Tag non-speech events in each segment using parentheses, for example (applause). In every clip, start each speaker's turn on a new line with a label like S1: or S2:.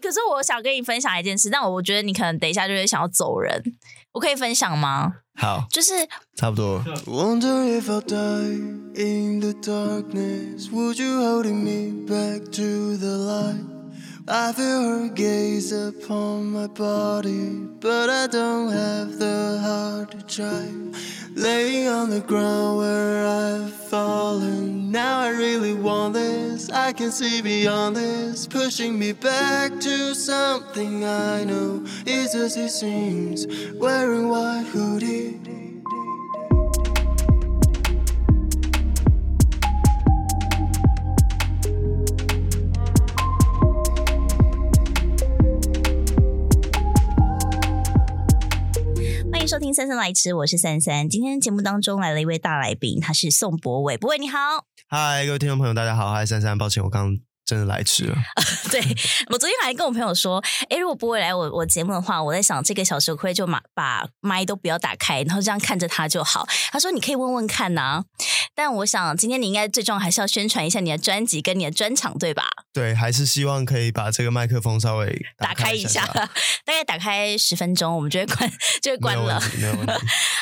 S1: 可是我想跟你分享一件事，但我觉得你可能等一下就会想要走人，我可以分享吗？
S2: 好，
S1: 就是
S2: 差不多。
S3: Wonder if I'll die in the darkness. Would you holding me back to the light? I feel her gaze upon my body, but I don't have the heart to try. Laying on the ground where I've fallen. Now I really want this. I can see beyond this, pushing me back to something I know is as it seems. Wearing white hoodie.
S1: 欢迎收听《三三来吃》，我是三三。今天节目当中来了一位大来宾，他是宋博伟。博伟你好，
S2: 嗨，各位听众朋友，大家好。嗨，珊珊，抱歉，我刚刚真的来迟了。
S1: (laughs) 对我昨天还跟我朋友说，诶，如果博伟来我我节目的话，我在想这个小时我可不可以就把把麦都不要打开，然后这样看着他就好。他说你可以问问看呐、但我想今天你应该最重要还是要宣传一下你的专辑跟你的专场，对吧？
S2: 对，还是希望可以把这个麦克风稍微
S1: 打开一
S2: 一
S1: 下， (laughs) 大概打开十分钟，我们就会关就会
S2: (laughs) 没
S1: 关
S2: 有
S1: 了
S2: 问。题，没有问题。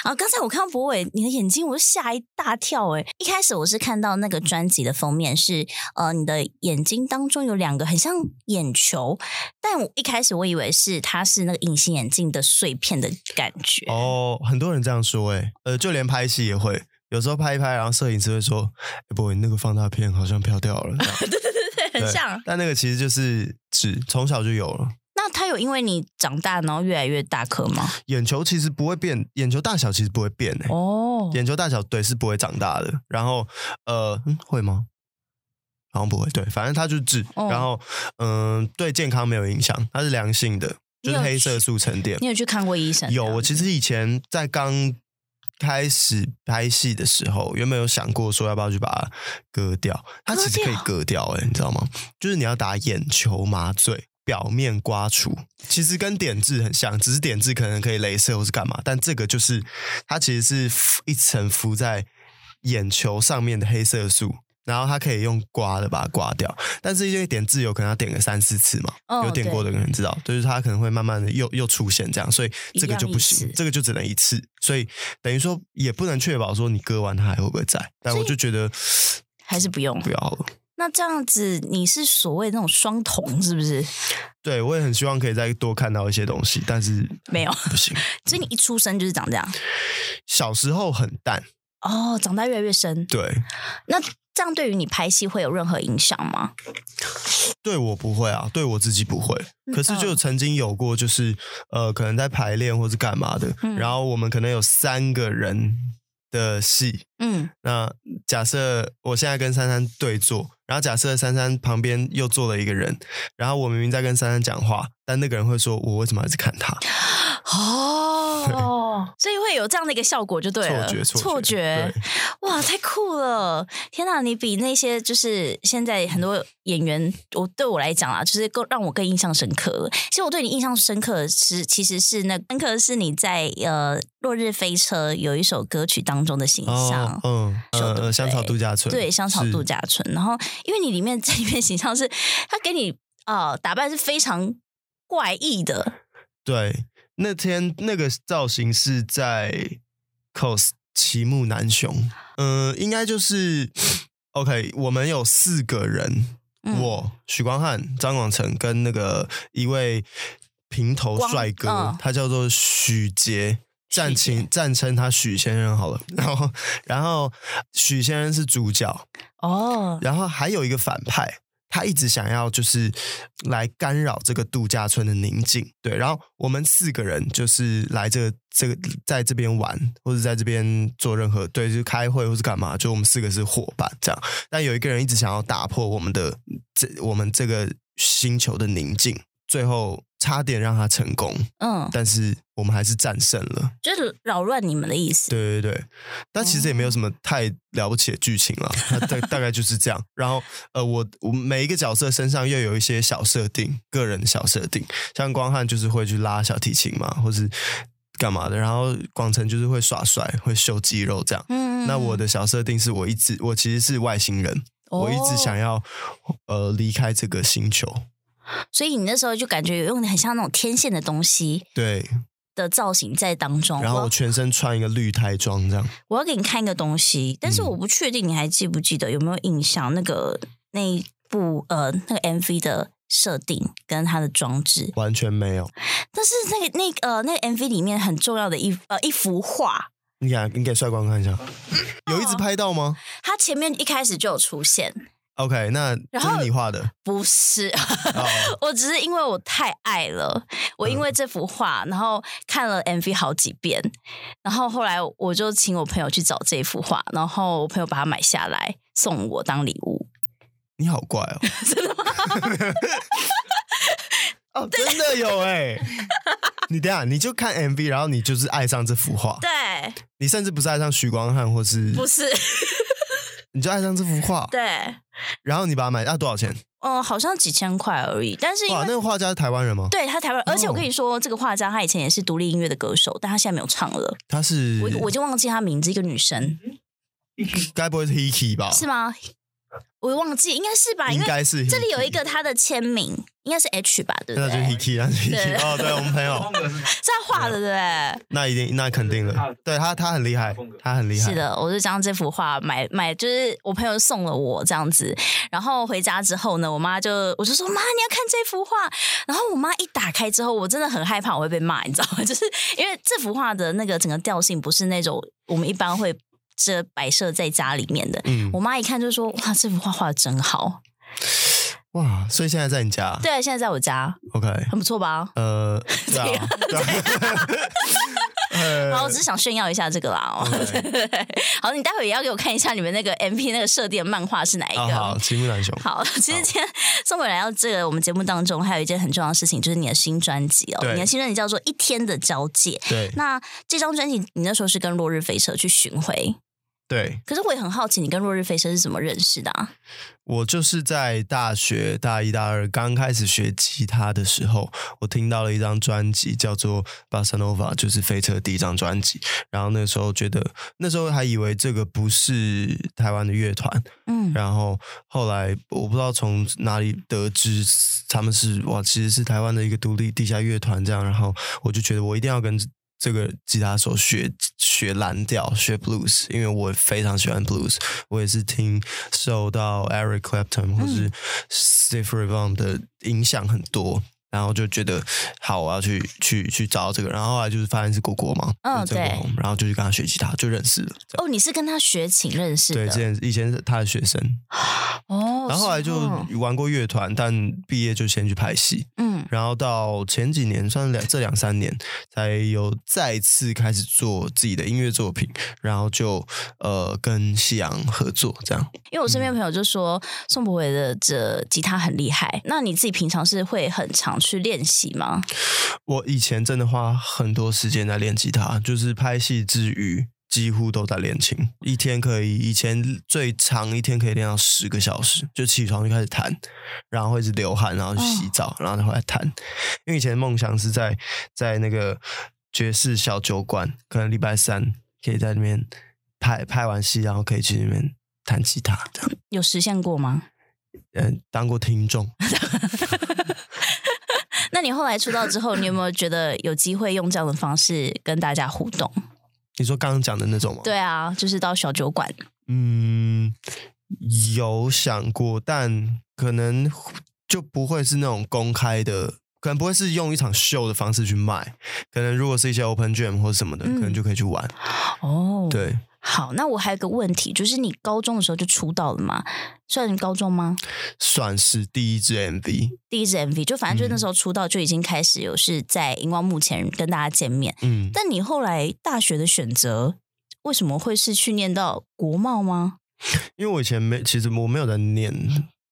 S1: 啊，刚才我看到博伟你的眼睛，我就吓一大跳哎、一开始我是看到那个专辑的封面是呃，你的眼睛当中有两个很像眼球，但我一开始我以为是它是那个隐形眼镜的碎片的感觉。
S2: 哦，很多人这样说、欸，呃，就连拍戏也会，有时候拍一拍，然后摄影师会说：“哎、不，你那个放大片好像飘掉
S1: (laughs)
S2: 了。这样
S1: 对对对对，很
S2: 对
S1: 像。
S2: 但那个其实就是纸，从小就有了。
S1: 那它有因为你长大然后越来越大颗
S2: (laughs)
S1: 吗？
S2: 眼球其实不会变，眼球大小其实不会变、欸，
S1: 哦，
S2: 眼球大小对是不会长大的。然后呃，嗯、会吗？好像不会，对，反正它就是痣。
S1: 哦
S2: 然后嗯、对健康没有影响，它是良性的，
S1: 你
S2: 就
S1: 有
S2: 是黑色素沉淀
S1: 你。有去看过医生？
S2: 有，我其实以前在刚开始拍戏的时候，原本有想过说要不要去把它割掉。它
S1: 割
S2: 其实可以
S1: 掉
S2: 割掉、欸，你知道吗？就是你要打眼球麻醉。表面刮除其实跟点痣很像，只是点痣可能可以镭射或是干嘛，但这个就是它其实是浮一层浮在眼球上面的黑色素，然后它可以用刮的把它刮掉。但是因为点痣有可能要点个三四次嘛，
S1: 哦
S2: 有点过的可能知道，就是它可能会慢慢的又又出现这样，所以这个就不
S1: 一样
S2: 行
S1: 一次，
S2: 这个就只能一次，所以等于说也不能确保说你割完它还会不会在。但我就觉得
S1: 还是不用
S2: 不要好了。
S1: 那这样子，你是所谓那种双瞳是不是？ (laughs)
S2: 对，我也很希望可以再多看到一些东西，但是
S1: 没有，
S2: 不
S1: (laughs)
S2: 行。
S1: 所以你一出生就是长这样
S2: 小时候很淡，
S1: 哦，长大越来越深。
S2: 对，
S1: 那这样对于你拍戏会有任何影响吗？
S2: 对我不会啊，对我自己不会。
S1: 嗯
S2: 可是就曾经有过，就是呃，可能在排练或是干嘛的，
S1: 嗯
S2: 然后我们可能有三个人的戏，
S1: 嗯，
S2: 那假设我现在跟珊珊对坐，然后假设珊珊旁边又坐了一个人，然后我明明在跟珊珊讲话，但那个人会说：“我为什么要一直看他
S1: 哦， (laughs) 所以会有这样的一个效果就对了，
S2: 错觉，错
S1: 错觉，
S2: 对
S1: 哇，太酷了！天哪，你比那些就是现在很多演员，我对我来讲啊，就是更让我更印象深刻了。其实我对你印象深刻的是，其实是那深刻的是你在呃《落日飞车》有一首歌曲当中的形象。
S2: 哦，嗯，
S1: 手
S2: 呃
S1: 对不
S2: 呃，香草
S1: 对
S2: 度假村，
S1: 对，香草度
S2: 是，
S1: 假村。然后，因为你里面这 (laughs) 里面形象是，他给你呃打扮是非常怪异的，
S2: 对，那天那个造型是在 cos 奇木南雄，嗯、应该就是 OK，我们有四个人，
S1: 嗯
S2: 我许光汉、张广成跟那个一位平头帅哥，
S1: 光嗯
S2: 他叫做许杰。
S1: 许杰
S2: 暂请暂称他许先生好了，然后然后许先生是主角，
S1: 哦，
S2: 然后还有一个反派，他一直想要就是来干扰这个度假村的宁静。对，然后我们四个人就是来这个这个在这边玩，或者在这边做任何对，就是开会或是干嘛，就我们四个是伙伴这样。但有一个人一直想要打破我们的这我们这个星球的宁静，最后差点让他成功，
S1: 嗯，
S2: 但是我们还是战胜了。
S1: 就是扰乱你们的意思。
S2: 对对对，但其实也没有什么太了不起的剧情了，它大大概就是这样。然后呃，我我每一个角色身上又有一些小设定，个人小设定，像光汉就是会去拉小提琴嘛，或是干嘛的，然后广成就是会耍帅，会秀肌肉这样。
S1: 嗯，
S2: 那我的小设定是我一直我其实是外星人，我一直想
S1: 要
S2: 要呃离开这个星球，
S1: 哦所以你那时候就感觉有用很像那种天线的东西
S2: 对，
S1: 的造型在当中。
S2: 然后
S1: 我
S2: 我
S1: 要
S2: 全身穿一个绿胎装这样。
S1: 我要给你看一个东西，
S2: 嗯
S1: 但是我不确定你还记不记得有没有印象那个那一部呃那个 MV 的设定跟它的装置。
S2: 完全没有。
S1: 但是那个那个呃那个 MV 里面很重要的一呃一幅画，
S2: 你给你给帅光看一下，有一直拍到吗
S1: 它前面一开始就有出现，
S2: ？OK，那这
S1: 然后
S2: 是你
S1: (laughs)
S2: 画的。
S1: 不是。
S2: 哦，
S1: 我只是因为我太爱了，我
S2: 嗯
S1: 因为这幅画，然后看了 MV 好几遍，然后后来我就请我朋友去找这幅画，然后我朋友把它买下来送我当礼 (laughs) 物。
S2: 你好怪哦！哦，真的有
S1: (laughs)
S2: 哎、你等一下你就看 MV，然后你就是爱上这幅画，
S1: 对，
S2: 你甚至不是爱上许光汉，或是
S1: 不是，
S2: 你就爱上这幅画，
S1: 对，
S2: 然后你把它买，啊，多少钱？
S1: 嗯，好像几千块而已，但是因
S2: 哇，
S1: 为。
S2: 那个嗯画家是台湾人吗？
S1: 对他台湾，而且我跟你说，这个画家他以前也是独立音乐的歌手，但他现在没有唱了。
S2: 他是
S1: 我我就忘记他名字，一个女生
S2: 嗯该不会是 Hiki 吧？
S1: 是吗？我忘记，应该是吧？因
S2: 应
S1: 为
S2: 该是 Hiki
S1: 这里有一，个他的签名，应该是 H 吧，对不
S2: 那
S1: 对？
S2: 啊就是 Hiki，那就是 Hiki。
S1: 对
S2: 哦，对我们
S1: (laughs)
S2: 朋友，
S1: 这样画的对不对？
S2: 那一定，那肯定了。对他，他很厉害，他很厉害。
S1: 是，的，我就将这幅画买买，就是我朋友送了我这样子。然后回家之后呢，我妈就我就说妈，你要看这幅画。然后我妈一打开之后，我真的很害怕我会被骂，你知道吗？就是因为这幅画的那个整个调性不是那种我们一般会这摆设在家里面的。
S2: 嗯
S1: 我，妈一看就说：“哇，这幅画画的真好。
S2: 哇，所以现在在你家”
S1: 对，啊现在在我家，
S2: ，OK，
S1: 很不错吧？ (laughs)
S2: 呃，对啊，对啊，呃嗯
S1: 然后我只是想炫耀一下这个啦。哦
S2: OK
S1: (laughs) 好，你待会也要给我看一下你们那个 M P 那个设定的漫画是哪一个？
S2: 啊好，齐木楠雄，
S1: 好， (laughs) 其实今天送回来到这个我们节目当中，还有一件很重要的事情，就是你的新专辑哦。
S2: 对
S1: 你的新专辑叫做《一天的交界》。
S2: 对
S1: 那这张专辑，你那时候是跟落日飞车去巡回，
S2: 对，
S1: 可是我也很好奇，你跟落日飞车是怎么认识的、啊？
S2: 我就是在大学大一、大二刚开始学吉他的时候，我听到了一张专辑叫做《Bossa Nova》，就是飞车第一张专辑。然后那时候觉得，那时候还以为这个不是台湾的乐团，
S1: 嗯，
S2: 然后后来我不知道从哪里得知他们是哇，其实是台湾的一个独立地下乐团这样，然后我就觉得我一定要跟这个吉他手学学蓝调，学 blues，因为我非常喜欢 blues，我也是听受到 Eric Clapton 或
S1: 嗯
S2: 是 Steve r a v o n 的影响很多。然后就觉得好，我要去去去找这个。然后后来就是发现是果果嘛，
S1: 嗯
S2: 就是郑
S1: 对
S2: 国宏然后就去跟他学吉他，就认识了。
S1: 哦，你是跟他学琴认识
S2: 对，之
S1: 的
S2: 前以前是他的学生，
S1: 哦，
S2: 然后后来
S1: 是
S2: 就
S1: 哦
S2: 玩过乐团，但毕业就先去拍戏，
S1: 嗯
S2: 然后到前几年，算两这两三年，才有再次开始做自己的音乐作品，然后就呃跟夕阳合作这样。
S1: 因为我身边朋友就说宋博伟的这吉他很厉害，那你自己平常是会很常去练习吗？
S2: 我以前真的花很多时间在练吉他，就是拍戏之余。几乎都在练琴，一天可以，以前最长一天可以练到十个小时，就起床就开始弹，然后会一直流汗，然后去洗澡，然后再回来弹。因为以前的梦想是在在那个爵士小酒馆，可能礼拜三可以在那边拍拍完戏，然后可以去那边弹吉他，这样。
S1: 有实现过吗？
S2: 嗯，当过听众，
S1: (laughs) 那你后来出道之后，你有没有觉得有机会用这样的方式跟大家互动？
S2: 你说刚刚讲的那种吗？
S1: 对啊，就是到小酒馆，
S2: 嗯，有想过，但可能就不会是那种公开的，可能不会是用一场秀的方式去卖。可能如果是一些 open gym 或什么的，
S1: 嗯
S2: 可能就可以去玩。
S1: 哦，，
S2: 对，
S1: 好，那我还有个问题，就是你高中的时候就出道了吗？算高中吗？
S2: 算是第一支 MV。
S1: 第一支 MV 就反
S2: 嗯
S1: 正就那时候出道就已经开始有是在荧光幕前跟大家见面，
S2: 嗯，
S1: 但你后来大学的选择为什么会是去念到国贸吗？
S2: 因为我以前没，其实我没有在念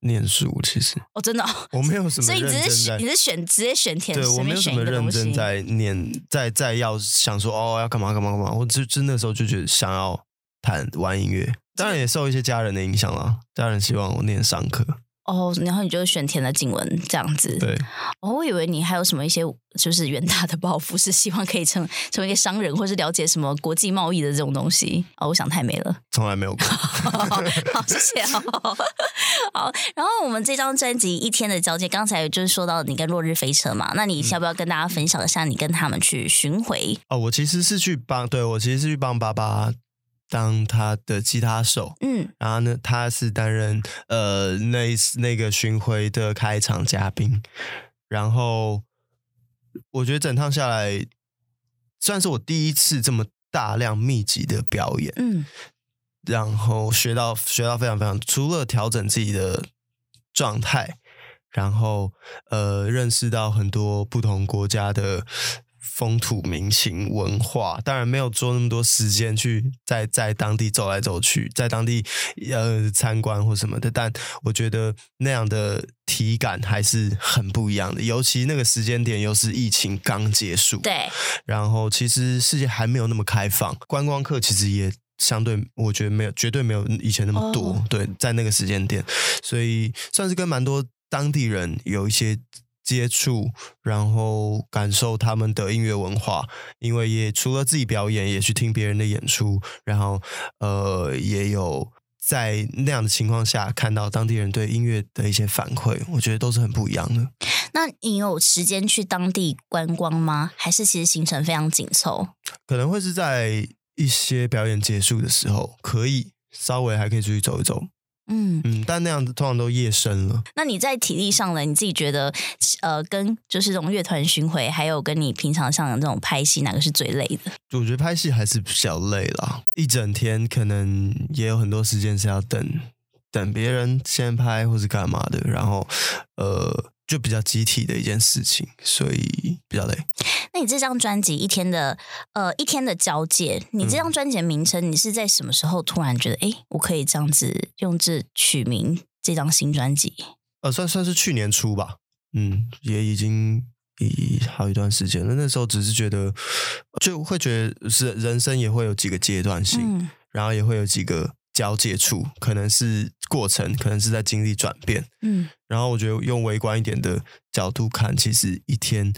S2: 念书，其实
S1: 哦，真的、哦，
S2: 我没有什么
S1: 所以
S2: 认
S1: 你只是
S2: 真
S1: 选
S2: 在
S1: 你。是选直接选填，
S2: 对我
S1: 随
S2: 没有
S1: 便
S2: 什
S1: 选
S2: 么
S1: 一个
S2: 认
S1: 东西
S2: 真，在念，在在要想说哦要干嘛干嘛干嘛，我就就那时候就觉得想要弹玩音乐，当然也受一些家人的影响啦，家人希望我念商科，
S1: 哦，然后你就选填了景文这样子。 (laughs)
S2: 对，
S1: 哦，我以为你还有什么一些就是远大的抱负，是希望可以成成为一个商人，或是了解什么国际贸易的这种东西。哦，我想太美了。 (laughs)
S2: 从来没有过。
S1: 好，谢谢哦。 (laughs) 好，然后我们这张专辑《一天的交界》，刚才就是说到你跟落日飞车嘛，那你要不要跟大家分享一下你跟他们去巡回？
S2: 哦，我其实是去帮，对我其实是去帮爸爸当他的吉他手，
S1: 嗯，
S2: 然后呢，他是担任呃那一次那个巡回的开场嘉宾，然后我觉得整趟下来，算是我第一次这么大量密集的表演，
S1: 嗯
S2: 然后学到学到非常非常，除了调整自己的状态，然后呃认识到很多不同国家的风土民情文化，当然没有做那么多时间去在在当地走来走去，在当地呃参观或什么的，但我觉得那样的体感还是很不一样的，尤其那个时间点又是疫情刚结束，
S1: 对，
S2: 然后其实世界还没有那么开放，观光客其实也相对，我觉得没有绝对没有以前那么多。
S1: 哦
S2: 对，在那个时间点，所以算是跟蛮多当地人有一些接触，然后感受他们的音乐文化。因为也除了自己表演，也去听别人的演出，然后呃也有。在那样的情况下，看到当地人对音乐的一些反馈，我觉得都是很不一样的。
S1: 那你有时间去当地观光吗？还是其实行程非常紧凑？
S2: 可能会是在一些表演结束的时候，可以稍微还可以出去走一走。
S1: 嗯，
S2: 嗯，但那样子通常都夜深了。
S1: 那你在体力上呢？你自己觉得，呃，跟就是这种乐团巡回，还有跟你平常像这种拍戏，哪个是最累的？
S2: 我觉得拍戏还是比较累啦，一整天可能也有很多时间是要等等别人先拍或是干嘛的，然后呃就比较集体的一件事情，所以比较累。
S1: 那你这张专辑一天的呃一天的交界，你这张专辑的名称，你是在什么时候突然觉得，哎、我可以这样子用这取名这张新专辑？
S2: 呃，算算是去年初吧，嗯，也已经已好一段时间了。那时候只是觉得，就会觉得是人生也会有几个阶段性，
S1: 嗯
S2: 然后也会有几个交界处，可能是过程，可能是在经历转变。
S1: 嗯，
S2: 然后我觉得用微观一点的角度看，其实一天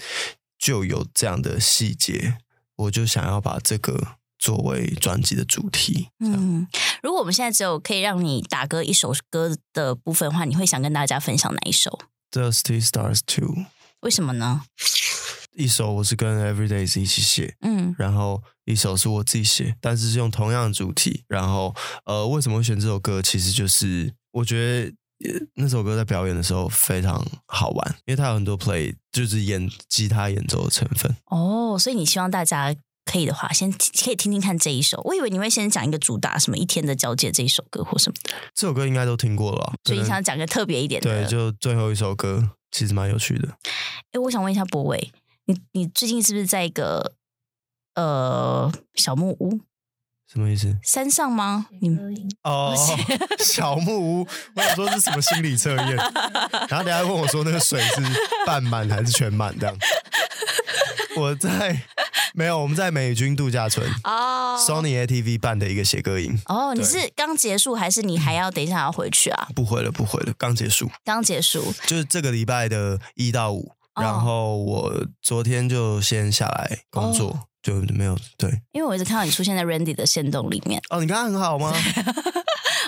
S2: 就有这样的细节，我就想要把这个作为专辑的主题。
S1: 嗯，如果我们现在只有可以让你打歌一首歌的部分的话，你会想跟大家分享哪一首？
S2: Dusty Stars Two
S1: 为什么呢？
S2: 一首我是跟 Everydays 一起写，
S1: 嗯
S2: 然后一首是我自己写，但是是用同样的主题。然后呃，为什么会选这首歌？其实就是我觉得。呃那首歌在表演的时候非常好玩，因为它有很多 play，就是演吉他演奏的成分。
S1: 哦，所以你希望大家可以的话，先可以听听看这一首。我以为你会先讲一个主打，什么一天的交界这一首歌或什么的，
S2: 这首歌应该都听过了啊，
S1: 所以你
S2: 可能
S1: 想讲个特别一点
S2: 对，
S1: 的。
S2: 就最后一首歌其实蛮有趣的。
S1: 哎，我想问一下博伟，你你最近是不是在一个呃小木屋
S2: 什么意思？
S1: 山上吗？你们
S2: 哦，
S1: (laughs)
S2: 小木屋，我想说是什么心理测
S1: (laughs)
S2: 验？然后等一下问我说那个水是半满还是全满这样？我在没有，我们在美军度假村、
S1: 哦
S2: Sony ATV 办的一个写歌营。
S1: 哦，你
S2: 对
S1: 是刚结束还是你还要等一下要回去啊？
S2: 不回了，不回了，刚结束，
S1: 刚结束，
S2: 就是这个礼拜的一到五。
S1: 哦
S2: 然后我昨天就先下来工作，
S1: 哦
S2: 就没有对。
S1: 因为我一直看到你出现在 Randy 的线动里面，
S2: 哦，你刚刚
S1: (laughs)
S2: 很好吗？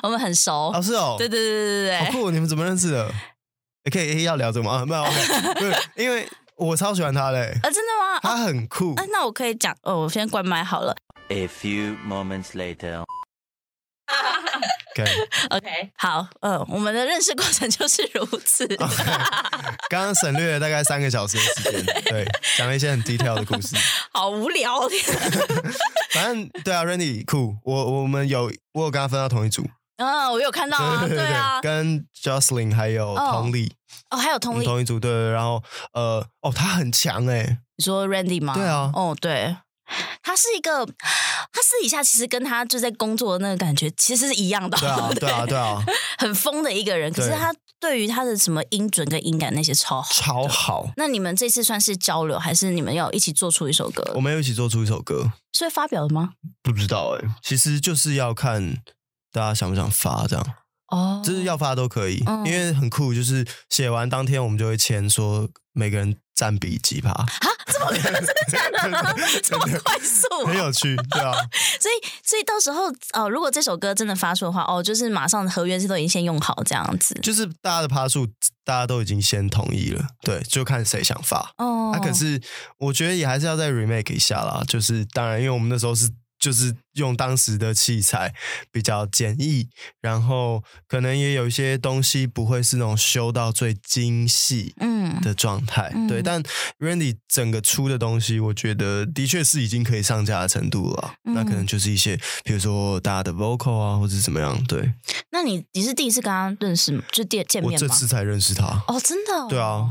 S1: 我们很熟。
S2: 哦，是哦，
S1: 对对对对
S2: 好
S1: 对对，
S2: 酷！你们怎么认识
S1: (laughs)
S2: 的？欸可以要聊这个吗？啊，没有，OK 不是，因为我超喜欢他嘞，
S1: 啊，真的吗？
S2: 他很酷
S1: 啊，。那我可以讲，哦，我先关麦好了。
S4: A few moments later.
S2: OK，
S1: OK，好，嗯，我们的认识过程就是如此。
S2: (laughs) 刚刚省略了大概三个小时的时间，对，讲了一些很 detail 的故事。
S1: 好无聊哦，
S2: 反正对啊，Randy 酷，我我们有我有跟他分到同一组，
S1: (laughs) 嗯，我有看到啊，
S2: 对
S1: 啊，
S2: 跟 Jocelyn 还有
S1: 哦
S2: 佟丽
S1: 哦，还有
S2: 我
S1: 同
S2: 们
S1: 理，
S2: 同一组，对对。对然后呃，哦，他很强哎，
S1: 你说 Randy 吗？
S2: 对啊
S1: 哦，对，他是一个，他私底下其实跟他就在工作的那个感觉其实是一样的，(laughs)
S2: 对啊，对啊，对啊，
S1: 很疯的一个人。可是
S2: 对
S1: 他对于他的什么音准跟音感那些超好。
S2: 超好。
S1: 那你们这次算是交流，还是你们要一起做出一首歌？
S2: 我们有一起做出一首歌，
S1: 所以发表了吗？
S2: 不知道哎、其实就是要看大家想不想发这样。
S1: 哦，
S2: 就是要发都可以，
S1: 嗯
S2: 因为很酷。就是写完当天，我们就会签说每个人占比几趴，
S1: 啊这
S2: (laughs)
S1: 么真的假的？这么 (laughs) 快速啊、
S2: 很有趣，对啊，
S1: 所以所以到时候哦，如果这首歌真的发出的话，哦，就是马上合约是都已经先用好这样子。
S2: 就是大家的趴数，大家都已经先同意了，对，就看谁想发。
S1: 哦，
S2: 啊，可是我觉得也还是要再 remake 一下啦，就是当然，因为我们那时候是就是用当时的器材比较简易，然后可能也有一些东西不会是那种修到最精细，
S1: 嗯，
S2: 的状态。
S1: 嗯
S2: 对，但 Randy 整个出的东西，我觉得的确是已经可以上架的程度了。
S1: 嗯
S2: 那可能就是一些，比如说大家的 vocal 啊，或者是怎么样。对
S1: 那你你是第一次跟他认识吗？就第见
S2: 我
S1: 面
S2: 这
S1: 吗？
S2: 次才认识他。
S1: 哦，真的、哦？
S2: 对啊，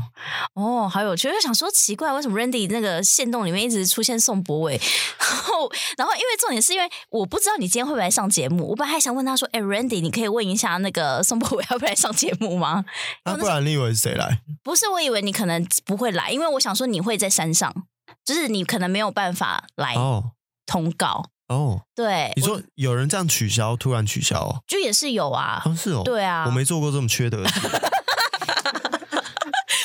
S1: 哦，好有趣！我就想说，奇怪，为什么 Randy 那个线洞里面一直出现宋博伟？然后，然后，因为重点是因为我不知道你今天会不会来上节目，我本来还想问他说，哎、r a n d y 你可以问一下那个宋博伟要不要来上节目吗？
S2: 那、不然你以为是谁来？
S1: 不是，我以为你可能不会来，因为我想说你会在山上，就是你可能没有办法来
S2: 哦
S1: 通告。
S2: 哦，
S1: 对，哎
S2: 你
S1: 我
S2: 说有人这样取消，突然取消哦？
S1: 就也是有啊，
S2: 啊，是哦，
S1: 对啊
S2: 我没做过这么缺德的事。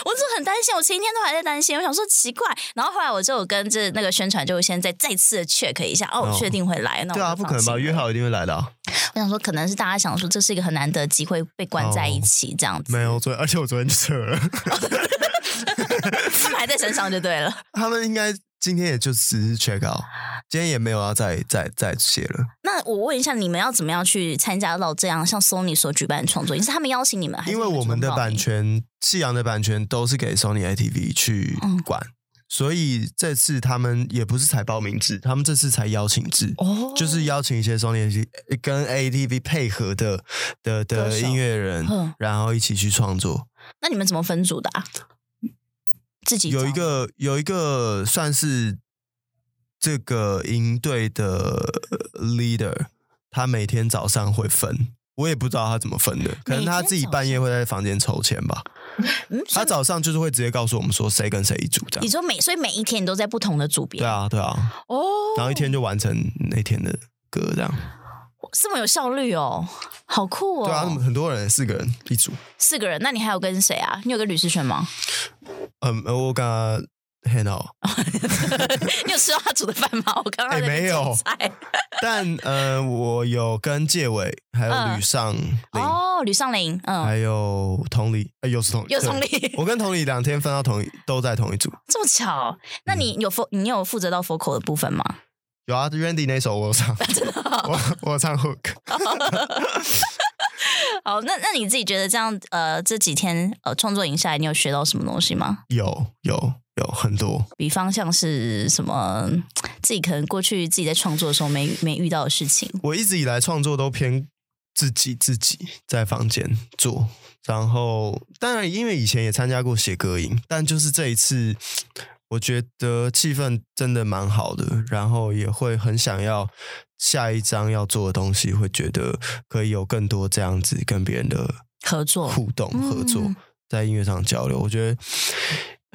S1: 我只是很担心，我前一天都还在担心，我想说奇怪，然后后来我就有跟这那个宣传就先再再次的 check 一下，哦，
S2: 哦
S1: 确定会来， (laughs) 那我
S2: 对啊，
S1: 就
S2: 不可能
S1: 放
S2: 吧？
S1: 心
S2: 约好一定会来的、啊。
S1: 我想说，可能是大家想说这是一个很难得的机会，被关在一起这样子，
S2: 哦没有，昨天而且我昨天就撤
S1: (laughs)
S2: 了。
S1: 他们还在身上就对了。
S2: 他们应该今天也就只是 check out，今天也没有要再再再写了。
S1: 那我问一下，你们要怎么样去参加到这样像 Sony 所举办的创作？是他们邀请你们，还是
S2: 因为
S1: 你
S2: 我们的
S1: 主动报
S2: 版
S1: 名，
S2: 权，夕阳的版权都是给 Sony ATV 去
S1: 嗯
S2: 管，所以这次他们也不是采报名制，他们这次采邀请制。
S1: 哦
S2: 就是邀请一些 Sony ATV 跟 ATV 配合的
S1: 歌
S2: 的的
S1: 手
S2: 音乐人
S1: 嗯，
S2: 然后一起去创作。
S1: 那你们怎么分组的、啊？自己
S2: 有一
S1: 找
S2: 个有一个算是这个营队的 leader，他每天早上会分，我也不知道他怎么分的，可能他自己半夜会在房间抽签吧。
S1: 嗯，
S2: 他
S1: 他
S2: 早上就是会直接告诉我们说谁跟谁一组这
S1: 你
S2: 样。
S1: 说每所以每一天你都在不同的组别，
S2: 对啊，对啊，
S1: 哦，
S2: 然后一天就完成那天的歌这样。
S1: 这么有效率哦，好酷哦，
S2: 对啊，那么很多人，四个人一组。
S1: 四个人，那你还有跟谁啊？你有跟吕思璇
S2: (laughs)
S1: 吗？ (laughs)
S2: 嗯，呃我刚刚 hand out，
S1: 你有吃到他煮的饭吗？我刚刚
S2: 哎
S1: 在那边
S2: 没有
S1: 种菜
S2: 但呃，我有跟介伟，还有
S1: 嗯
S2: 吕尚林，
S1: 哦，吕尚林，嗯，
S2: 还有同理，呃，又是同理，
S1: 又是同理
S2: 哎对我跟同理两天分到同一，都在同一组。
S1: (laughs) 这么巧？那你有负你有负责到 vocal 的部分吗？
S2: 有啊，Randy 那首我
S1: (laughs)
S2: 有唱， (laughs) 我我唱 hook。
S1: 好，那那你自己觉得这样呃这几天呃创作营下来，你有学到什么东西吗？
S2: 有有有很多，
S1: 比方像是什么自己可能过去自己在创作的时候没没遇到的事情，
S2: 我一直以来创作都偏自己自己在房间做，然后当然因为以前也参加过写歌营，但就是这一次，我觉得气氛真的蛮好的，然后也会很想要下一张要做的东西，会觉得可以有更多这样子跟别人的
S1: 合作
S2: 互动合作，
S1: 嗯
S2: 在音乐上交流，我觉得。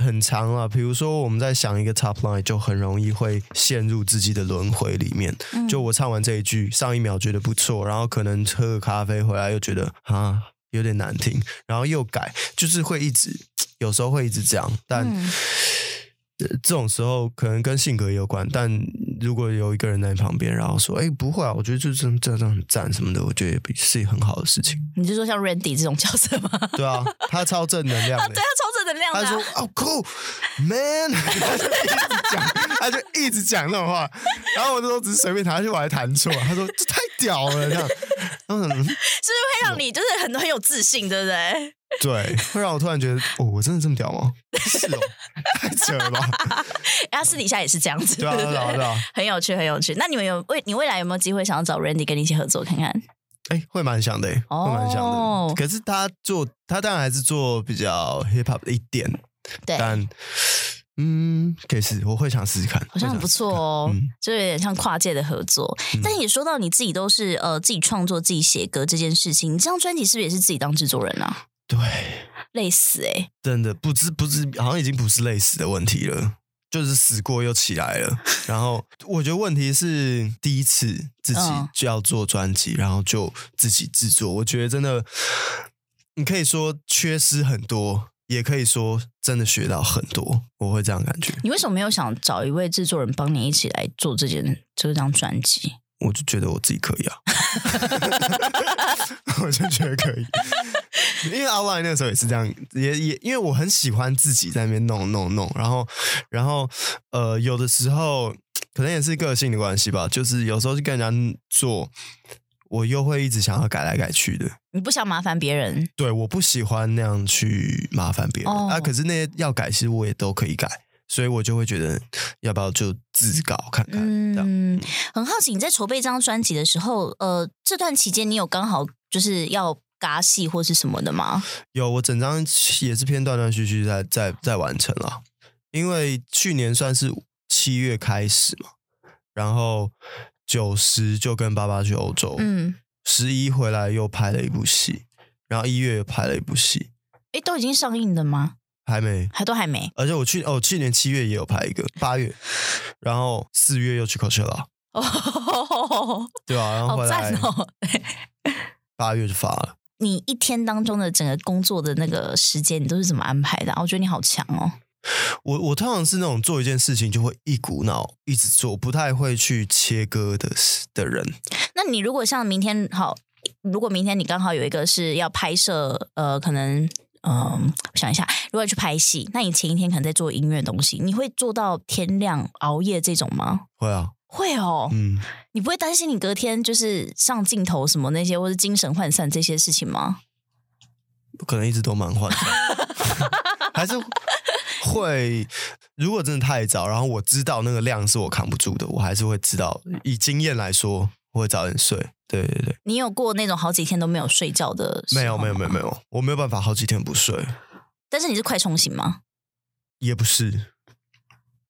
S2: 很长啊，比如说我们在想一个 top line，就很容易会陷入自己的轮回里面。
S1: 嗯
S2: 就我唱完这一句，上一秒觉得不错，然后可能喝个咖啡回来又觉得啊有点难听，然后又改，就是会一直有时候会一直这样，但、
S1: 嗯
S2: 呃这种时候可能跟性格也有关。但如果有一个人在你旁边，然后说：“哎、不会啊，我觉得就是这样这样很赞什么的，我觉得也是很好的事情。
S1: 你是说像 Randy 这种角色吗？ (laughs) 对”
S2: (laughs) 对啊，他超正能量的、
S1: 啊，超正能量的
S2: 他
S1: 啊、
S2: 说：“哦，cool man，他 (laughs) 就一直讲，他就一直讲那种话，然后我那时候只是随便弹，而且我还弹错。啊他说这太屌了，这样，嗯，
S1: 是不是会让你就是很很有自信，对不哎对？
S2: 对，会让我突然觉得，哦，我真的这么屌吗？是哦，太扯了吧？
S1: 哎他私底下也是这样子，
S2: 对啊，
S1: 不
S2: 对啊，对啊，
S1: (laughs) 很有趣，很有趣。那你们有未你未来有没有机会想要找 Randy 跟你一起合作看看？
S2: 哎，会蛮想的，会蛮想
S1: 哦
S2: 的。可是他做，他当然还是做比较 hip hop 的一点，
S1: 对，
S2: 但嗯，可以试，我会想试试看，
S1: 好像很不错哦，
S2: 嗯
S1: 就有点像跨界的合作。但也说到你自己都是呃自己创作、自己写歌这件事情，你这张专辑是不是也是自己当制作人啊？
S2: 对。
S1: 累死哎、
S2: 真的不知不知，好像已经不是类似的问题了。就是死过又起来了。然后我觉得问题是第一次自己
S1: 嗯
S2: 就要做专辑，然后就自己制作，我觉得真的，你可以说缺失很多，也可以说真的学到很多，我会这样感觉。
S1: 你为什么没有想找一位制作人帮你一起来做这件这张专辑？
S2: 我就觉得我自己可以啊， (laughs) 我就觉得可以， (laughs) 因为 outline 那时候也是这样，也也因为我很喜欢自己在那边弄弄弄，然后然后呃，有的时候可能也是个性的关系吧，就是有时候去跟人家做，我又会一直想要改来改去的。
S1: 你不想麻烦别人，
S2: 对，我不喜欢那样去麻烦别人、
S1: 哦
S2: 啊。可是那些要改，其实我也都可以改，所以我就会觉得要不要就自搞看看，这样
S1: 嗯，很好奇你在筹备这张专辑的时候，呃，这段期间你有刚好就是要嘎戏或是什么的吗？
S2: 有，我整张也是偏断断续续在在在完成了，因为去年算是七月开始嘛，然后九十就跟爸爸去欧洲，
S1: 嗯，
S2: 十一回来又拍了一部戏，然后一月又拍了一部戏，
S1: 诶，都已经上映了吗？
S2: 还没，
S1: 还都还
S2: (laughs)
S1: 没
S2: 而且我去哦，去年七月也有拍一个，八月，然后四月又去 Coachella，
S1: 哦，好
S2: 对吧、啊然后回来
S1: 赞哦！ (laughs)
S2: 八月就发了。
S1: 你一天当中的整个工作的那个时间，你都是怎么安排的啊、我觉得你好强哦。
S2: 我我通常是那种做一件事情就会一股脑一直做，不太会去切割的事的人。
S1: 那你如果像明天好，如果明天你刚好有一个是要拍摄，呃，可能嗯、我想一下，如果要去拍戏，那你前一天可能在做音乐东西，你会做到天亮熬夜这种吗？
S2: 会啊，
S1: 会哦，
S2: 嗯，
S1: 你不会担心你隔天就是上镜头什么那些，或是精神涣散这些事情吗？
S2: 可能一直都蛮换的，
S1: (laughs)
S2: 还是会。如果真的太早，然后我知道那个量是我扛不住的，我还是会知道。以经验来说，我会早点睡。对对对，
S1: 你有过那种好几天都没有睡觉的？
S2: 没有没有没有没。有，我没有办法好几天不睡，
S1: 但是你是快冲醒吗？
S2: 也不是。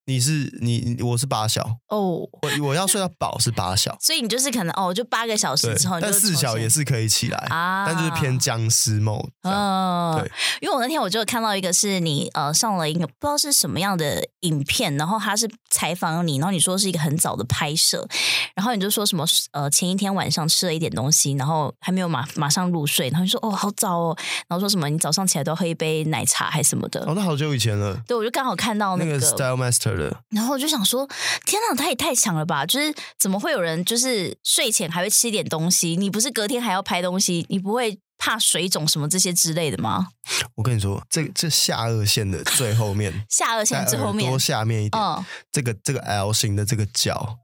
S2: 你是你你我是八小，
S1: 哦、，
S2: 我我要睡到饱是八小
S1: (laughs) 所以你就是可能哦，就八个小时
S2: 对
S1: 之后，，你就
S2: 但四
S1: 冲
S2: 小
S1: 醒
S2: 也是可以起来，
S1: 啊
S2: 但就是偏僵尸梦。
S1: 嗯
S2: 对，
S1: 因为我那天我就看到一个是你呃上了一个不知道是什么样的影片，然后他是采访你，然后你说是一个很早的拍摄，然后你就说什么呃前一天晚上吃了一点东西，然后还没有马马上入睡，然后你说哦好早哦，然后说什么你早上起来都喝一杯奶茶还什么的，
S2: 哦，那好久以前了，
S1: 对我就刚好看到
S2: 那
S1: 哦那
S2: 个
S1: 个，
S2: Style Master 的，
S1: 然后我就想说天哪，他也太强了吧！就是怎么会有人就是睡前还会吃一点东西？你不是隔天还要拍东西，你不会怕水肿什么这些之类的吗？，
S2: 我跟你说，这这下颚线的最后面
S1: (laughs) 下颚线
S2: 在
S1: 最后
S2: 耳
S1: 面
S2: 朵，下面一点，
S1: 嗯
S2: 这个这个 L 型的这个角，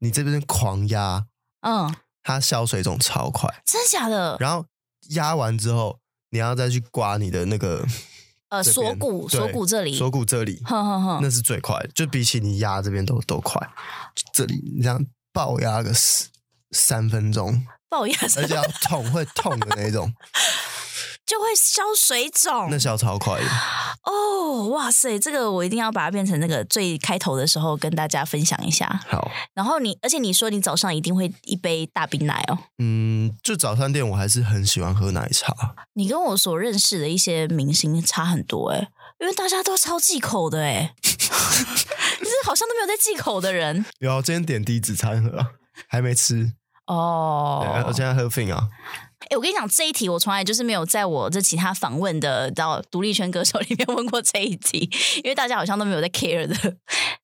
S2: 你这边狂压，
S1: 嗯，
S2: 它消水肿超快，
S1: 真的假的？
S2: 然后压完之后，你要再去刮你的那个
S1: 呃，
S2: 这边
S1: 锁骨
S2: 对
S1: 锁骨这里，
S2: 锁骨这里，
S1: 哼哼哼，
S2: 那是最快的，就比起你压这边都都快，就这里你这样爆压个十三分钟，
S1: 龅牙 (laughs)
S2: 而且要痛会痛的那种，
S1: 就会消水肿
S2: 那。消超快的，
S1: 哦，哇塞，这个我一定要把它变成那个最开头的时候跟大家分享一下。
S2: 好。
S1: 然后你，而且你说你早上一定会一杯大冰奶哦。
S2: 嗯，就早餐店我还是很喜欢喝奶茶。
S1: 你跟我所认识的一些明星差很多哎、因为大家都超忌口的哎、 (laughs) 你是好像都没有在忌口的人
S2: 有啊，今天点低脂餐盒啊， (laughs) 还没吃。
S1: 哦
S2: 对。我现在喝 fin 啊，
S1: 哎、我跟你讲，这一题我从来就是没有在我这其他访问的到独立圈歌手里面 (laughs) 问过这一题，因为大家好像都没有在 care 的。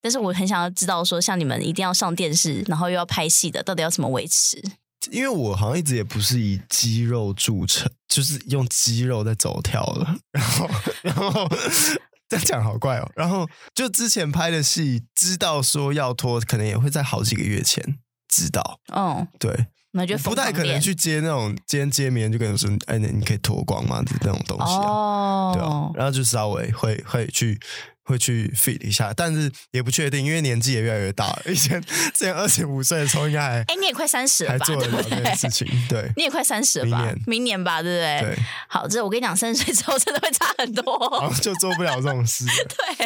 S1: 但是我很想要知道说像你们一定要上电视，然后又要拍戏的，到底要怎么维持？
S2: 因为我好像一直也不是以肌肉著称，就是用肌肉在走跳了。 (laughs) 然后，然后 (laughs) 这样讲好怪哦。然后就之前拍的戏，知道说要脱，可能也会在好几个月前知道。
S1: 嗯，
S2: 对，
S1: 那就
S2: 我不
S1: 疯
S2: 太
S1: 狂
S2: 可能
S1: 练
S2: 去接那种今天接名人就跟你说，哎，那你可以脱光吗？这那种东西啊。对啊
S1: 哦，，
S2: 然后就稍微会会去会去 fit 一下，但是也不确定，因为年纪也越来越大了。以前 (laughs) 之前二十五岁的时候，应该还
S1: 哎、你也快三十了
S2: 还
S1: 吧？
S2: 做
S1: 对
S2: 得
S1: 不
S2: 了这件
S1: 对？
S2: 事情，对
S1: 你也快三十了吧？
S2: 明年
S1: 吧，对不对？哦
S2: 对，
S1: 好，这我跟你讲，三十岁之后真的会差很
S2: 然
S1: (laughs) 多。
S2: 后就做不了这种事了。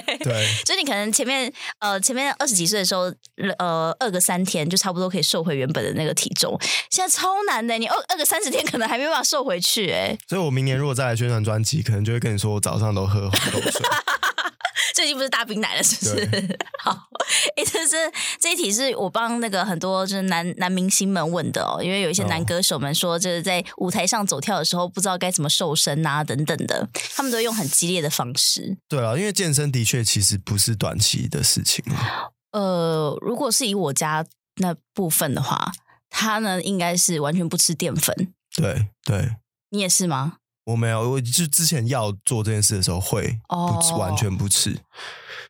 S1: 对，
S2: 对，
S1: 就你可能前面呃前面二十几岁的时候，呃饿个三天就差不多可以瘦回原本的那个体重，现在超难的，你饿饿个三十天可能还没办法瘦回去、欸，哎，
S2: 所以我明年如果再来宣传专辑，可能就会跟你说我早上都喝红豆水，
S1: 最近不是大冰奶了，是不是？好，哎、这是这一题是我帮那个很多就是男男明星们问的哦，因为有一些男
S2: 哦
S1: 歌手们说，就是在舞台上走跳的时候不知道该怎么瘦身啊等等的，他们都用很激烈的方式。
S2: 对啊了，因为健身的确其实不是短期的事情，
S1: 呃，如果是以我家那部分的话，他呢应该是完全不吃淀粉。
S2: 对对。
S1: 你也是吗？
S2: 我没有，我就之前要做这件事的时候会不吃，
S1: 哦
S2: 完全不吃，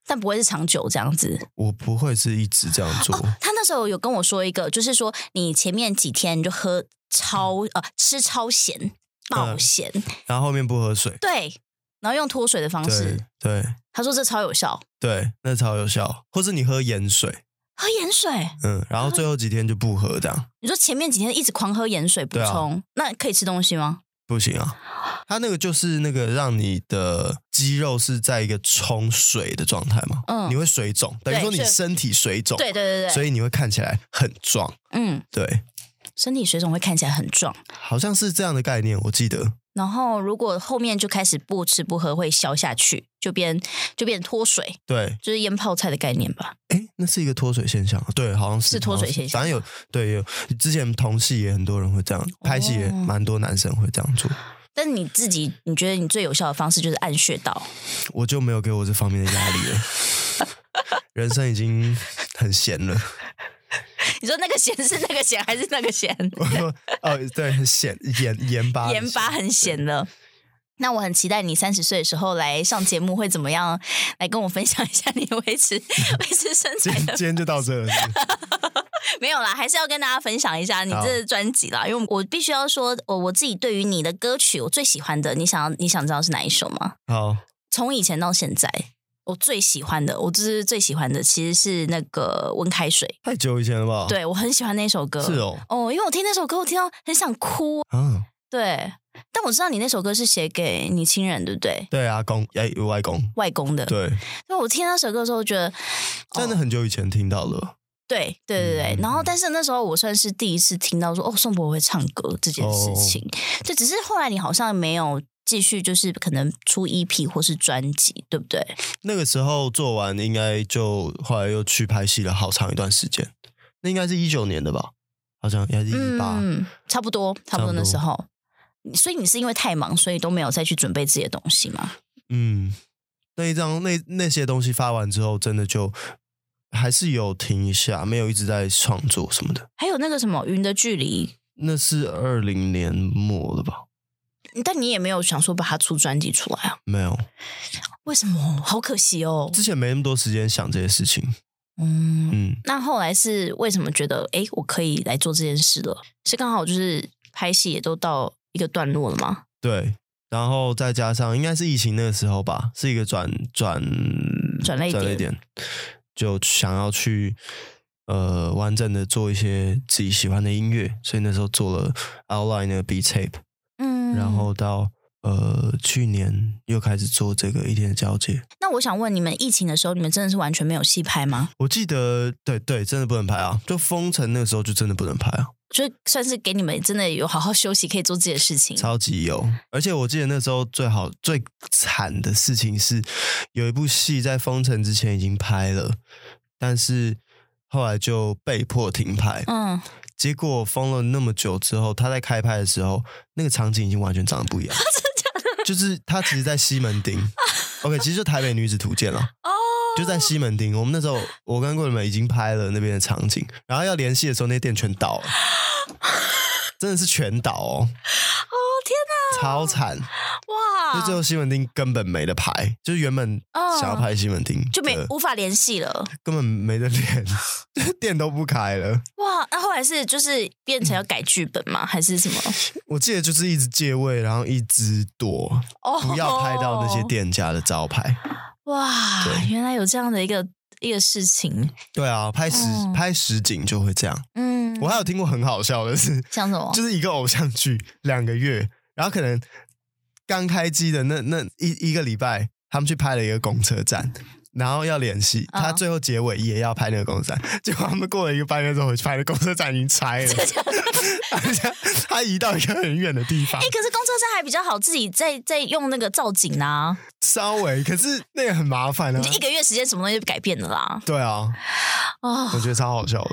S1: 但不会是长久这样子。
S2: 我不会是一直这样做。
S1: 他那时候有跟我说一个，就是说你前面几天你就喝超呃吃超咸爆
S2: 嗯
S1: 咸，
S2: 然后后面不喝水，
S1: 对，然后用脱水的方
S2: 对
S1: 式，
S2: 对
S1: 他说这超有效。
S2: 对，那超有效。或是你喝盐水，
S1: 喝盐水，
S2: 嗯，然后最后几天就不喝，这样
S1: 你说前面几天一直狂喝盐水补
S2: 对啊
S1: 充，那可以吃东西吗？
S2: 不行啊。它那个就是那个让你的肌肉是在一个充水的状态嘛，
S1: 嗯
S2: 你会水肿，等于
S1: 对
S2: 说你
S1: 所以
S2: 身体水肿，
S1: 对对对
S2: 所
S1: 对，
S2: 以你会看起来很壮，
S1: 嗯，
S2: 对，
S1: 身体水肿会看起来很壮，
S2: 好像是这样的概念，我记得。
S1: 然后如果后面就开始不吃不喝会消下去，就变就变脱水，
S2: 对，
S1: 就是腌泡菜的概念吧。
S2: 哎，那是一个脱水现象，啊对，好像是
S1: 是脱水
S2: 好像是
S1: 现象
S2: 反正有对有，之前同戏也很多人会这样，拍戏也
S1: 哦
S2: 蛮多男生会这样做。
S1: 但你自己，你觉得你最有效的方式就是按穴道， (laughs)
S2: 我就没有给我这方面的压力了。人生已经很闲了， (laughs)
S1: 你说那个咸是那个咸还是那个
S2: (laughs)
S1: 咸？
S2: 我说哦，对，很闲，盐盐巴，
S1: 盐巴很咸的。那我很期待你三十岁的时候来上节目会怎么样，来跟我分享一下你维持维持身
S2: 今
S1: 材
S2: 天 (laughs)
S1: 的
S2: 今天就到这了，是不是
S1: 没有啦，还是要跟大家分享一下你
S2: 好
S1: 这专辑啦，因为我必须要说，我我自己对于你的歌曲，我最喜欢的，你想要你想知道是哪一首吗？
S2: 好，
S1: 从以前到现在，我最喜欢的，我就是最喜欢的，其实是那个温开水，
S2: 太久以前了吧？，
S1: 对我很喜欢那首歌，
S2: 哦是哦，
S1: 哦，因为我听那首歌，我听到很想哭。
S2: 啊，
S1: 对，但我知道你那首歌是写给你亲人，对不对？
S2: 对，阿公，哎，我外公，
S1: 外公的。
S2: 对，
S1: 所以我听那首歌的时候，觉得
S2: 真的很久以前听到了，
S1: 对对对对。
S2: 嗯
S1: 然后，但是那时候我算是第一次听到说，哦，宋博会唱歌这件事情。对，只是后来你好像没有继续，就是可能出 EP 或是专辑，对不对？
S2: 那个时候做完，应该就后来又去拍戏了，好长一段时间，那应该是一九年的吧？好像应该是一八、
S1: 嗯，差不多，差不多那时候。所以你是因为太忙，所以都没有再去准备自己的东西吗？
S2: 嗯，那一张那那些东西发完之后，真的就还是有停一下，没有一直在创作什么的。
S1: 还有那个什么《云的距离》，
S2: 那是二零年末了吧？
S1: 但你也没有想说把它出专辑出来啊？
S2: 没有，
S1: 为什么？ (laughs) 好可惜哦。
S2: 之前没那么多时间想这些事情。
S1: 嗯，
S2: 嗯，
S1: 那后来是为什么觉得诶，我可以来做这件事了？是刚好就是拍戏也都到一个段落了吗？
S2: 对。然后再加上应该是疫情那个时候吧，是一个转转
S1: 转捩点
S2: 嗯转捩点，就想要去呃完整的做一些自己喜欢的音乐，所以那时候做了 outline 的 beat tape。
S1: 嗯
S2: 然后到呃去年又开始做这个一天的交界。
S1: 那我想问你们，疫情的时候你们真的是完全没有戏拍吗？
S2: 我记得，对对，真的不能拍啊！就封城那个时候就真的不能拍啊，
S1: 就算是给你们真的有好好休息，可以做自己的事情。
S2: 超级有。而且我记得那时候最好最惨的事情是，有一部戏在封城之前已经拍了，但是后来就被迫停拍。
S1: 嗯，
S2: 结果封了那么久之后，他在开拍的时候，那个场景已经完全长得不
S1: (laughs)
S2: 一样。就是他其实，在西门町，OK，其实就台北女子图鉴了。
S1: 哦，
S2: 就在西门町，我们那时候我跟桂美已经拍了那边的场景，然后要联系的时候，那店全倒
S1: (laughs)
S2: 了，真的是全倒哦，
S1: 哦天
S2: 超
S1: 哪，
S2: 惨！就最
S1: 哇，
S2: 后西门町根本没得拍，就是原本
S1: 嗯
S2: 想要拍西门町，
S1: 就没
S2: 对
S1: 无法联系了。
S2: 根本没得练， (laughs) 店都不开了。
S1: 哇，那后来是就是变成要改剧本
S2: (laughs)
S1: 吗？还是什么？
S2: 我记得就是一直借位，然后一直躲，
S1: 哦，
S2: 不要拍到那些店家的招牌。
S1: 哇，
S2: 对
S1: 原来有这样的一个一个事情。
S2: 对啊，拍实
S1: 哦
S2: 拍实景就会这样。
S1: 嗯，
S2: 我还有听过很好笑的是，
S1: 像什么？
S2: (laughs) 就是一个偶像剧两个月，然后可能刚开机的那那一一个礼拜，他们去拍了一个公车站，然后要联系，
S1: 嗯
S2: 他最后结尾也要拍那个公车站， (laughs) 结果他们过了一个半月之后回去拍，那公车站已经拆了，而且他移到一个很远的地方
S1: 哎、，可是公车站还比较好，自己在在用那个造景啊，
S2: 稍微可是那个很麻烦啊
S1: 你就，一个月时间什么东西就改变了啦。
S2: 对啊，
S1: 哦，
S2: 我觉得超好笑的，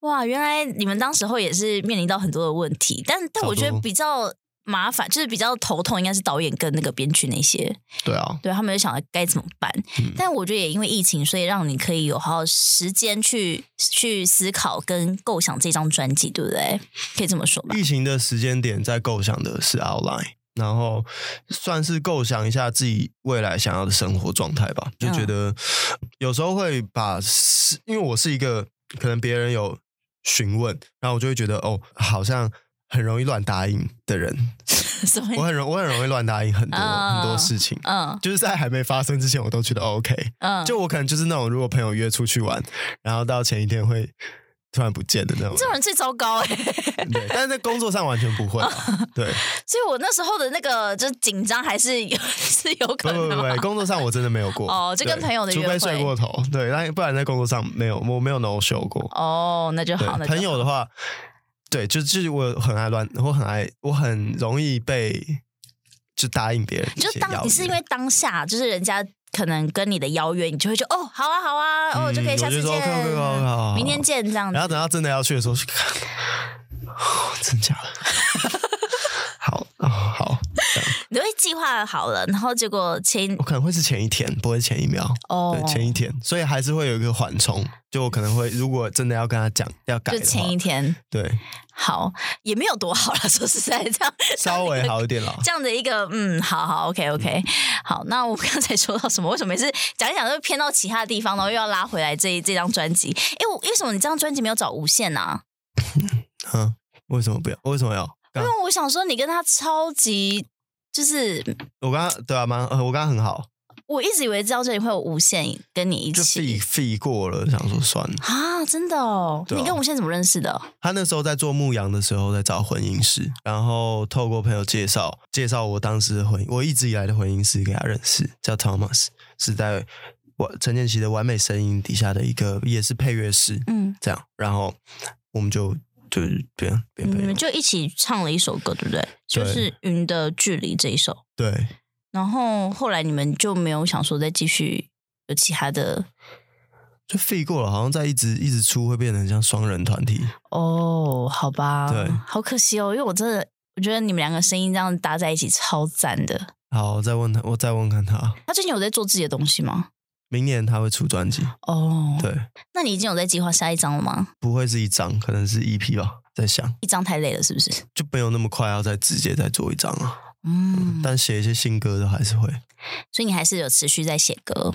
S1: 哇，原来你们当时候也是面临到很多的问题，但但
S2: 差不
S1: 我觉得
S2: 多
S1: 比较麻烦，就是比较头痛，应该是导演跟那个编剧那些，
S2: 对啊，
S1: 对他们就想着该怎么办。
S2: 嗯
S1: 但我觉得也因为疫情，所以让你可以有好好时间去去思考跟构想这张专辑，对不对？可以这么说吧？
S2: 疫情的时间点在构想的是 outline，然后算是构想一下自己未来想要的生活状态吧。就
S1: 嗯
S2: 觉得有时候会把是，因为我是一个可能别人有询问，然后我就会觉得哦，好像很容易乱答应的人，
S1: 所以
S2: 我，很容我很容易乱答应很多、
S1: 啊
S2: 很多事情。
S1: 嗯
S2: 就是在还没发生之前，我都觉得哦 OK。
S1: 嗯，
S2: 就我可能就是那种，如果朋友约出去玩，然后到前一天会突然不见的那种人。
S1: 这种人最糟糕哎、
S2: 对，但是在工作上完全
S1: (laughs)
S2: 不会啊。对，
S1: 所以我那时候的那个就是紧张还是有 (laughs) 是有
S2: 不
S1: 可
S2: 不
S1: 能的
S2: 不
S1: 吧
S2: 不，工作上我真的没有过
S1: 哦就跟
S2: 对
S1: 朋友的约
S2: 除
S1: 会
S2: 非睡过头，对，但不然在工作上没有，我没有 no show 过。
S1: 哦，那就
S2: 对
S1: 好，那，就
S2: 朋友的话，对，就就是我很爱乱，我很爱，我很容易被就答应别人一
S1: 就
S2: 些邀约。
S1: 当你是因为当下就是人家可能跟你的邀约，你就会觉得哦，好啊，好啊，哦，
S2: 嗯
S1: 就可以下
S2: 我
S1: 次
S2: 就
S1: 见
S2: 说 OK，OK，OK，好好好好，啊
S1: 明天见这样子
S2: 然。后等到真的要去的时候，就 (sighs) 看真假的，
S1: (laughs)
S2: 好哦好，这样
S1: 你会计划好了，然后结果前
S2: 我可能会是前一天，不会是前一秒。
S1: 哦
S2: 对，，前一天，所以还是会有一个缓冲。就我可能会，如果真的要跟他讲要改
S1: 就
S2: 的话
S1: 前，一天
S2: 对，
S1: 好，也没有多好了，说实在这样。
S2: 稍微好一点啦。
S1: 这样的一个，嗯，好好，OK
S2: 嗯
S1: OK，好，那我刚才说到什么？为什么每次讲一讲就偏到其他地方，然后又要拉回来这一这张专辑？哎，我为什么你这张专辑没有找无限呢、啊？
S2: 嗯，为什么不要？为什么要？
S1: 因
S2: 刚
S1: 为我想说你跟他超级，就是
S2: 我刚刚对啊，蛮呃我刚刚很好，
S1: 我一直以为这张专辑会有无限跟你一
S2: 就 fee
S1: 起
S2: fee 过了，想说算了。
S1: 啊，真的哦，
S2: 对啊
S1: 你跟无限怎么认识的？
S2: 他那时候在做牧羊的时候，在找婚姻师，然后透过朋友介绍，介绍我当时的婚姻，我一直以来的婚姻师给他认识，叫 Thomas，是在我陈建奇的完美声音底下的一个，也是配乐师，
S1: 嗯，
S2: 这样，然后我们就就是变变
S1: 你
S2: 朋友
S1: 们。就一起唱了一首歌，对不对？就是《云的距离》这一首。
S2: 对，
S1: 然后后来你们就没有想说再继续有其他的
S2: 就 fee 过了，好像在一直一直出会变成像双人团体。
S1: 哦，好吧，
S2: 对
S1: 好可惜哦，因为我真的我觉得你们两个声音这样搭在一起超赞的。
S2: 好，我再问他，我再问看他，
S1: 他最近有在做自己的东西吗？
S2: 明年他会出专辑，
S1: 哦，
S2: 对，
S1: 那你已经有在计划下一张了吗？
S2: 不会是一张，可能是 EP 吧，在想
S1: 一张太累了，是不是？
S2: 就没有那么快要再直接再做一张啊，
S1: 嗯，
S2: 但写一些新歌的还是会。
S1: 所以你还是有持续在写歌，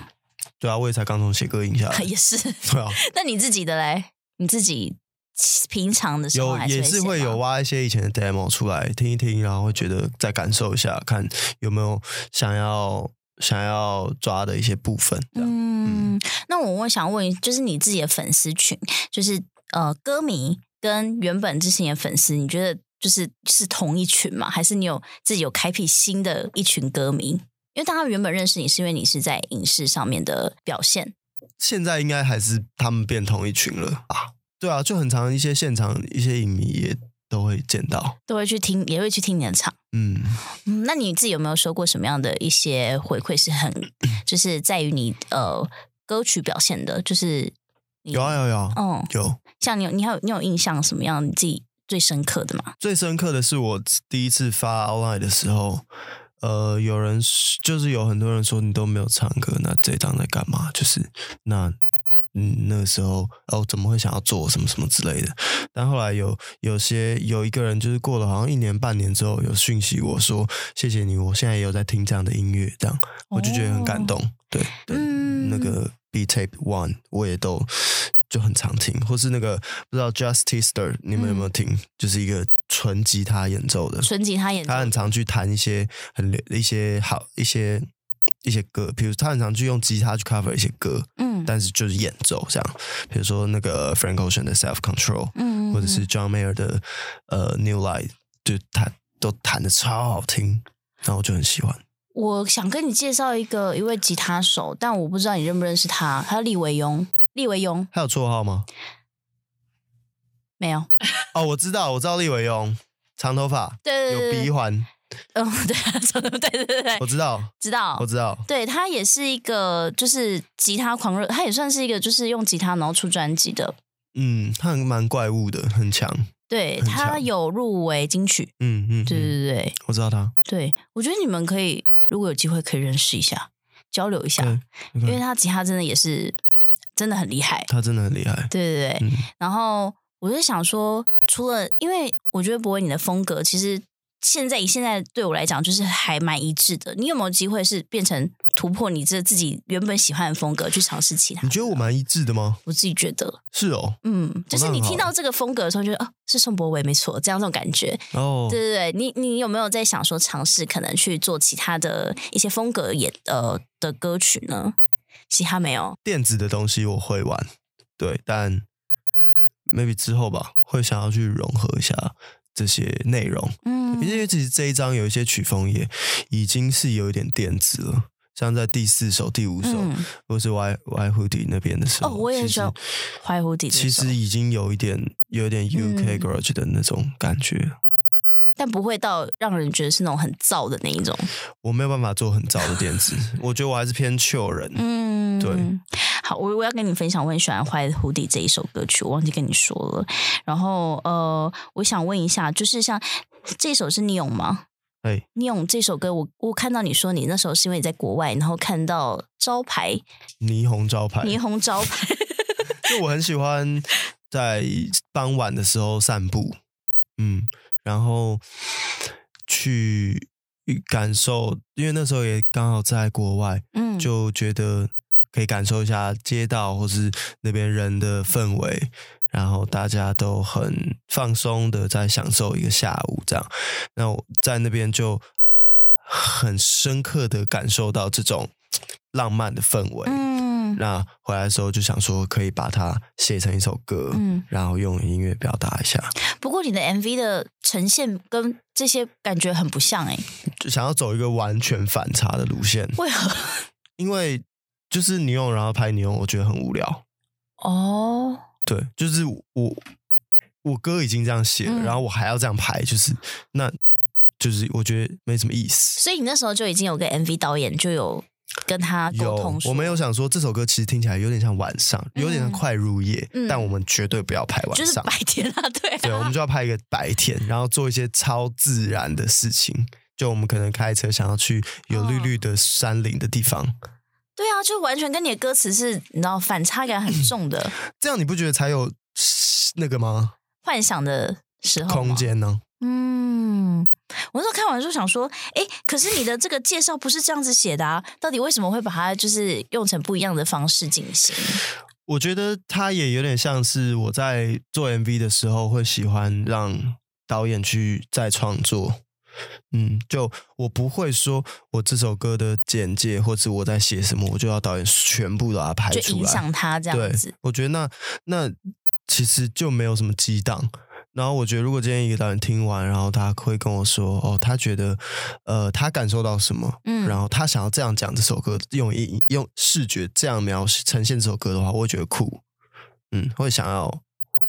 S2: 对啊，我也才刚从写歌影下来，
S1: (laughs) 也是。
S2: 对啊，
S1: 那你自己的嘞？你自己平常的时候
S2: 有
S1: 还
S2: 也
S1: 是
S2: 是
S1: 会
S2: 会
S1: 写吗
S2: 有挖一些以前的 demo 出来听一听，然后会觉得再感受一下，看有没有想要想要抓的一些部分，这样。
S1: 嗯，那我我想问，就是你自己的粉丝群，就是呃，歌迷跟原本之前的粉丝，你觉得就是是同一群吗？还是你有自己有开辟新的一群歌迷？因为大家原本认识你是因为你是在影视上面的表现，
S2: 现在应该还是他们变同一群了啊。对啊，就很常一些现场一些影迷也都会见到。
S1: 都会去听，也会去听你的唱。
S2: 嗯，
S1: 嗯，那你自己有没有收过什么样的一些回馈？是很就是在于你呃歌曲表现的，就是你
S2: 有啊有啊有啊
S1: 嗯，
S2: 有。
S1: 像你有你还有你有印象什么样你自己最深刻的吗？
S2: 最深刻的是我第一次发 online 的时候，呃，有人就是有很多人说你都没有唱歌，那这张在干嘛？就是那。嗯，那个时候哦，怎么会想要做什么什么之类的？但后来有有些有一个人，就是过了好像一年半年之后，有讯息我说谢谢你，我现在也有在听这样的音乐，这样我就觉得很感动。对，对
S1: 嗯
S2: 那个 B Tape One 我也都就很常听，或是那个不知道 Justicer 你们有没有听？就是一个纯吉他演奏的，
S1: 纯吉他演奏
S2: 他很常去弹一些很流一些好一些一些歌，比如他很常去用吉他去 cover 一些歌，
S1: 嗯
S2: 但是就是演奏这样，比如说那个 Frank Ocean 的 Self Control，
S1: 嗯
S2: 或者是 John Mayer 的呃 New Light，就弹都弹的超好听，然后我就很喜欢。
S1: 我想跟你介绍一个一位吉他手，但我不知道你认不认识他，他叫李维庸。李维庸
S2: 他有绰号吗？
S1: 没有，
S2: 哦，我知道，我知道立伟用长头发，
S1: 对
S2: 有
S1: 对对
S2: 鼻
S1: 对，
S2: 环，
S1: (laughs) 嗯，对啊，说得对对对对，
S2: 我知道，
S1: 知道
S2: 我，知道。
S1: 对他也是一个就是吉他狂热，他也算是一个就是用吉他然后出专辑的，
S2: 嗯，他很蛮怪物的，很强。
S1: 对
S2: 很强
S1: 他有入围金曲，
S2: 嗯嗯，
S1: 对
S2: 嗯，
S1: 对对
S2: 我知道他。
S1: 对，我觉得你们可以如果有机会可以认识一下，交流一下，
S2: 对，嗯
S1: 因
S2: OK
S1: 为他吉他真的也是真的很厉害，
S2: 他真的很厉害。
S1: 对对对，
S2: 嗯
S1: 然后我就想说，除了因为我觉得博文你的风格其实现在以现在对我来讲就是还蛮一致的，你有没有机会是变成突破你这自己原本喜欢的风格去尝试其他
S2: 你？觉得我蛮一致的吗？
S1: 我自己觉得，
S2: 是哦，
S1: 嗯，就是
S2: 那
S1: 你
S2: 很好欸
S1: 听到这个风格的时候，觉得哦，是宋博伟没错，这样这种感觉，
S2: 哦，
S1: 对对对。你你有没有在想说尝试可能去做其他的一些风格也呃的歌曲呢？其他没有，
S2: 电子的东西我会玩，对，但 maybe 之后吧，会想要去融合一下这些内容，
S1: 嗯，
S2: 因为其实这一张有一些曲风也已经是有一点电子了。像在第四首、第五首，
S1: 嗯
S2: 或是 Y Y 蝴蝶那边的时候，
S1: 哦我也
S2: 其实
S1: 喜欢 Y 蝴蝶这首
S2: 其实已经有一点有一点 UK
S1: 嗯
S2: Garage 的那种感觉，
S1: 但不会到让人觉得是那种很燥的那一种。
S2: 我没有办法做很早的电
S1: (laughs)
S2: 子，我觉得我还是偏 chill 人。
S1: 嗯，
S2: 对。
S1: 好，我我要跟你分享，我很喜欢《坏蝴蝶》这一首歌曲，我忘记跟你说了。然后呃，我想问一下，就是像这首是你有吗？
S2: 哎，
S1: 你有这首歌，我我看到你说你那时候是因为你在国外，然后看到招牌
S2: 霓虹招牌，
S1: 霓虹招
S2: (laughs)
S1: 牌，
S2: 就我很喜欢在傍晚的时候散步，嗯，然后去感受，因为那时候也刚好在国外，
S1: 嗯，
S2: 就觉得可以感受一下街道或是那边人的氛围，然后大家都很放松的在享受一个下午这样。那我在那边就很深刻的感受到这种浪漫的氛围。
S1: 嗯
S2: 那回来的时候就想说，可以把它写成一首歌，
S1: 嗯。
S2: 然后用音乐表达一下，
S1: 不过你的 MV 的呈现跟这些感觉很不像哎、
S2: (laughs) 就想要走一个完全反差的路线。
S1: 为何？
S2: 因为就是你用，然后拍你用，我觉得很无聊。
S1: 哦，
S2: 对，就是我我歌已经这样写了，
S1: 嗯
S2: 然后我还要这样排，就是那就是我觉得没什么意思。
S1: 所以你那时候就已经有个 MV 导演，就有跟他
S2: 有
S1: 沟通，说，
S2: 我们有想说这首歌其实听起来有点像晚上，有点像
S1: 嗯
S2: 快入夜，
S1: 嗯
S2: 但我们绝对不要拍
S1: 就
S2: 晚
S1: 是
S2: 上。
S1: 白天啊，对啊，
S2: 对，我们就要拍一个白天，然后做一些超自然的事情。就我们可能开车想要去有
S1: 嗯
S2: 绿绿的山林的地方，
S1: 对啊，就完全跟你的歌词是，你知道反差感很重
S2: (laughs)
S1: 的
S2: 这样你不觉得才有那个吗？
S1: 幻想的时候吗
S2: 空。间呢？
S1: 嗯，我那时候看完就想说，哎，可是你的这个介绍不是这样子写的啊，到底为什么会把它就是用成不一样的方式进行？
S2: 我觉得他也有点像是我在做 MV 的时候会喜欢让导演去再创作。嗯，就我不会说我这首歌的简介或者我在写什么，我就要导演全部把它拍
S1: 就
S2: 出
S1: 影
S2: 来。
S1: 响他这
S2: 对
S1: 样子。，
S2: 我觉得那那其实就没有什么激荡。然后我觉得，如果今天一个导演听完，然后他会跟我说，哦，他觉得，呃，他感受到什么，
S1: 嗯
S2: 然后他想要这样讲这首歌，用一用视觉这样描写呈现这首歌的话，我会觉得酷，嗯，会想要，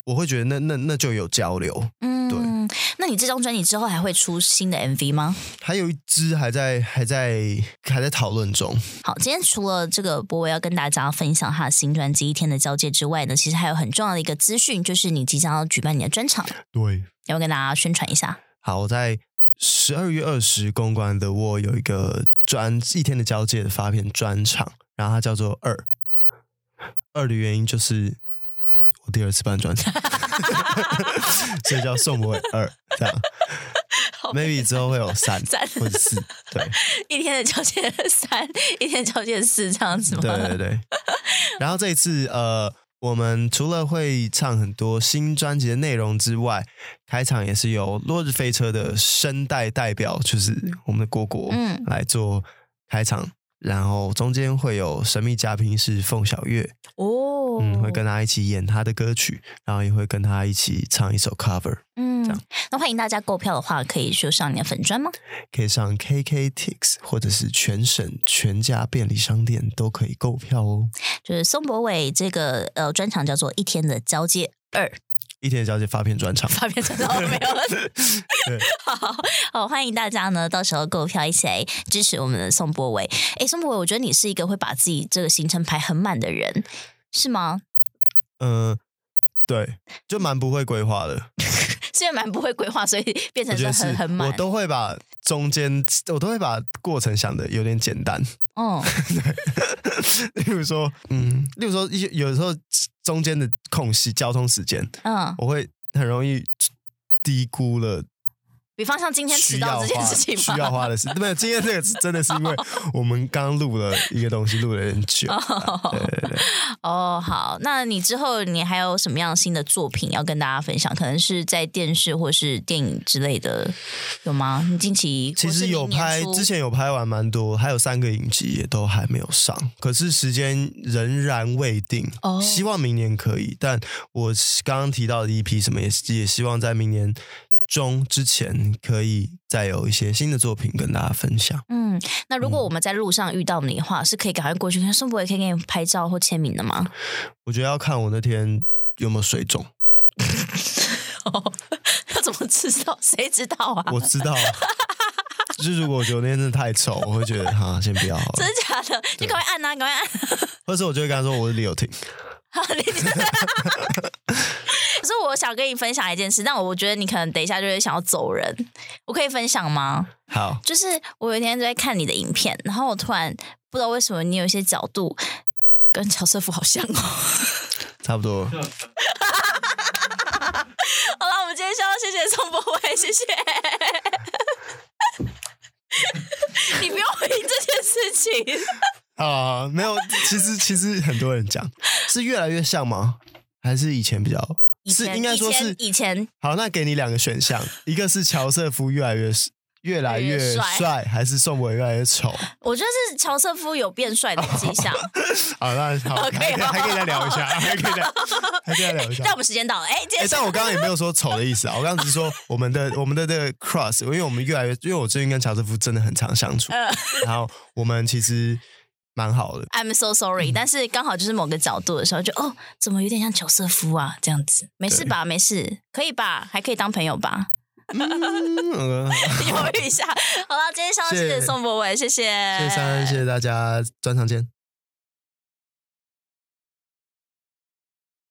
S2: 我会觉得那那那就有交流。
S1: 嗯，那你这张专辑之后还会出新的 MV 吗？
S2: 还有一支还在还在还在讨论中，
S1: 好，今天除了这个博伟要跟大家分享他的新专辑《一天的交界》之外呢，其实还有很重要的一个资讯，就是你即将要举办你的专场，
S2: 对，
S1: 要不要跟大家宣传一下？
S2: 好，我在十二月二十公馆的我有一个专一天的交界的发片专场，然后它叫做二。二的原因就是我第二次办专场， (laughs) 所以叫宋博伟二这样。maybe 之后会有三
S1: 三
S2: 或者四，对
S1: 一天的交界三，一天的交界四这 (laughs) 样子吗？
S2: 对对对。 (laughs) 然后这一次呃，我们除了会唱很多新专辑的内容之外，开场也是由落日飞车的声带代表，就是我们的果果，
S1: 嗯
S2: 来做开场然后中间会有神秘嘉宾是凤小岳，
S1: 哦，
S2: 嗯，会跟他一起演他的歌曲，然后也会跟他一起唱一首 cover，这
S1: 嗯
S2: 样，
S1: 那欢迎大家购票的话，可以就上你的粉砖吗？
S2: 可以上 KKTix 或者是全省全家便利商店都可以购票哦。
S1: 就是宋博伟这个呃专场叫做《一天的交接二》，
S2: 一天的小姐发片专场，
S1: 发片成到没有了？
S2: 对，
S1: 好 (laughs) 好，欢迎大家呢，到时候购票一起来支持我们的宋博伟。哎，宋博伟，我觉得你是一个会把自己这个行程排很满的人，是吗？
S2: 嗯、对，就蛮不会规划的，
S1: 是因为蛮不会规划，所以变
S2: 我
S1: 成
S2: 觉
S1: 是
S2: 得
S1: 很
S2: 是
S1: 很，满
S2: 我。都会把中间，我都会把过程想的有点简单， (laughs)
S1: 嗯，
S2: 例如说，嗯，例如说有有时候中间的空隙，交通时间，
S1: 嗯，
S2: 我会很容易低估了
S1: 比方像今天迟
S2: 需
S1: 到
S2: 要
S1: 这件事情
S2: 花需
S1: 吗？ (laughs)
S2: 要花的 (laughs) 事，没有，今天这个是真的是因为我们刚录了一个东西，录了很久。对
S1: 哦
S2: 对对，
S1: 哦，好，那你之后你还有什么样新的作品要跟大家分享？可能是在电视或是电影之类的，有吗？你近期
S2: 其实有拍，之前有拍完蛮多，还有三个影集也都还没有上，可是时间仍然未定。
S1: 哦
S2: 希望明年可以，但我刚刚提到的一批什么也也希望在明年中之前可以再有一些新的作品跟大家分享。
S1: 嗯，那如果我们在路上遇到你的话，是可以赶快过去看宋博也可以给你拍照或签名的吗？ (laughs)
S2: 我觉得要看我那天有没有水肿，
S1: 要怎么知道？谁知道啊？
S2: 我知道。 (laughs) 就是如果我觉得我那天真的太丑，我会觉得哈，先不要好
S1: (laughs)
S2: 了。
S1: 真的假的？你赶快按啊，赶 (laughs) 快按！
S2: 或者我就会跟他说我是李友廷，
S1: 好你可是我想跟你分享一件事，但我觉得你可能等一下就会想要走人，我可以分享吗？
S2: 好，
S1: 就是我有一天在看你的影片，然后我突然不知道为什么你有一些角度跟乔瑟夫好 (laughs) 像哦。
S2: 差不多，
S1: 好了，我们今天先要谢谢宋博伟，谢谢。你不用回应这件事情，
S2: 啊，没有，其实其实很多人讲是越来越像吗？还是以前比较？
S1: 以
S2: 是
S1: 前
S2: 应该说是
S1: 以前以前
S2: 好，那给你两个选项，一个是乔瑟夫越来越越来
S1: 越
S2: 越
S1: 来越帅
S2: 帅，还是宋伟越来越丑？
S1: 我觉得是乔瑟夫有变帅的迹象。(laughs)
S2: 哦好，那好，
S1: OK，
S2: 还可以
S1: 好
S2: 还可以再聊一下，还可以再还可以再聊一下
S1: 但。我们时间到了，哎、今
S2: (laughs) 哎、
S1: 天
S2: 但我刚刚也没有说丑的意思啊，我刚刚只是说我们的我们的这个 cross，因为我们越来越，因为我最近跟乔瑟夫真的很常相处，
S1: 呃
S2: 然后我们其实蛮好的，
S1: I'm so sorry，但是刚好就是某个角度的时候就，哦，怎么有点像乔瑟夫啊？这样子，没事吧？没事，可以吧？还可以当朋友吧？ (laughs)
S2: 嗯，呃
S1: 犹豫一下。好了，今天上到谢
S2: 谢
S1: 谢
S2: 谢
S1: 宋博伟，谢谢，
S2: 谢谢三，谢谢大家，专场见。